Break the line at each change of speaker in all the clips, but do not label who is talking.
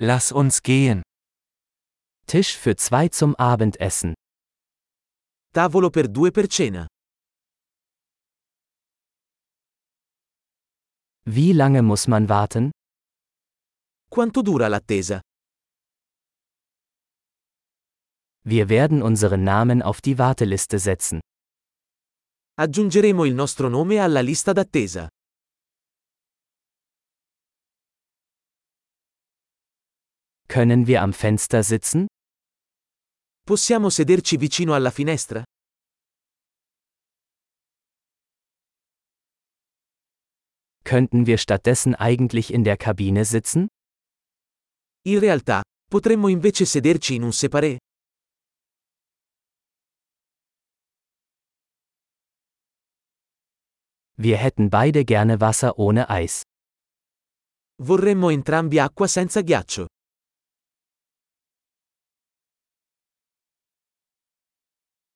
Lass uns gehen.
Tisch für zwei zum Abendessen.
Tavolo per due per cena.
Wie lange muss man warten?
Quanto dura l'attesa?
Wir werden unseren Namen auf die Warteliste setzen.
Aggiungeremo il nostro nome alla lista d'attesa.
Können wir am Fenster sitzen?
Possiamo sederci vicino alla finestra?
Könnten wir stattdessen eigentlich in der Kabine sitzen?
In realtà, potremmo invece sederci in un separé.
Wir hätten beide gerne Wasser ohne Eis.
Vorremmo entrambi acqua senza ghiaccio.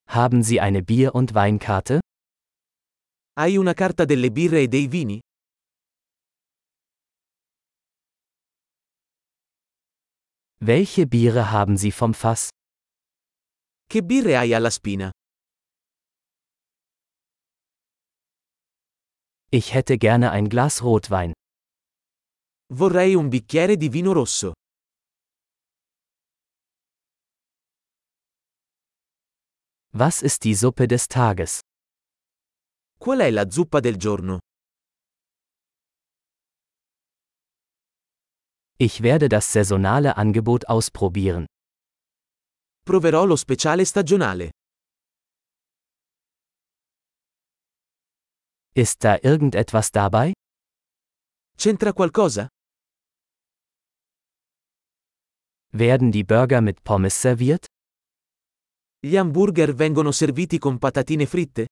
Haben Sie eine Bier- und Weinkarte?
Hai una carta delle birre e dei vini?
Welche Biere haben Sie vom Fass?
Che birre hai alla spina?
Ich hätte gerne ein Glas Rotwein.
Vorrei un bicchiere di vino rosso.
Was ist die Suppe des Tages?
Qual è la zuppa del giorno?
Ich werde das saisonale Angebot ausprobieren.
Proverò lo speciale stagionale.
Ist da irgendetwas dabei?
C'entra qualcosa?
Werden die Burger mit Pommes serviert?
Gli hamburger vengono serviti con patatine fritte?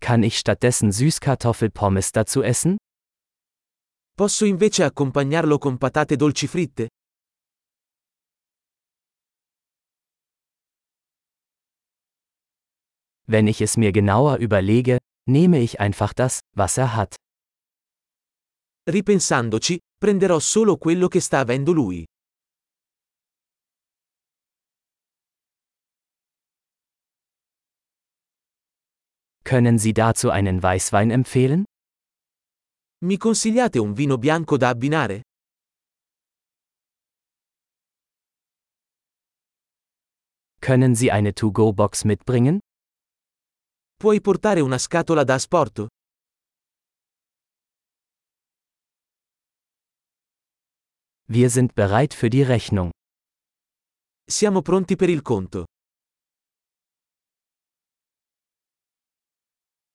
Kann ich stattdessen Süßkartoffelpommes dazu essen?
Posso invece accompagnarlo con patate dolci fritte?
Wenn ich es mir genauer überlege, nehme ich einfach das, was er hat.
Ripensandoci, prenderò solo quello che sta avendo lui.
Können Sie dazu einen Weißwein empfehlen?
Mi consigliate un vino bianco da abbinare?
Können Sie eine To-Go-Box mitbringen?
Puoi portare una scatola da asporto?
Wir sind bereit für die Rechnung.
Siamo pronti per il conto.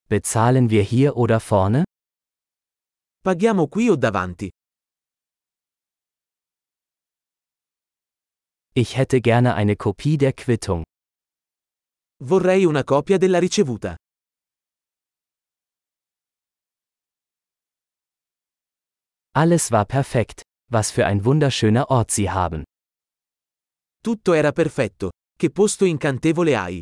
Bezahlen wir hier oder vorne?
Paghiamo qui o davanti.
Ich hätte gerne eine Kopie der Quittung.
Vorrei una copia della ricevuta.
Alles war perfekt. Was für ein wunderschöner Ort Sie haben.
Tutto era perfetto. Che posto incantevole hai.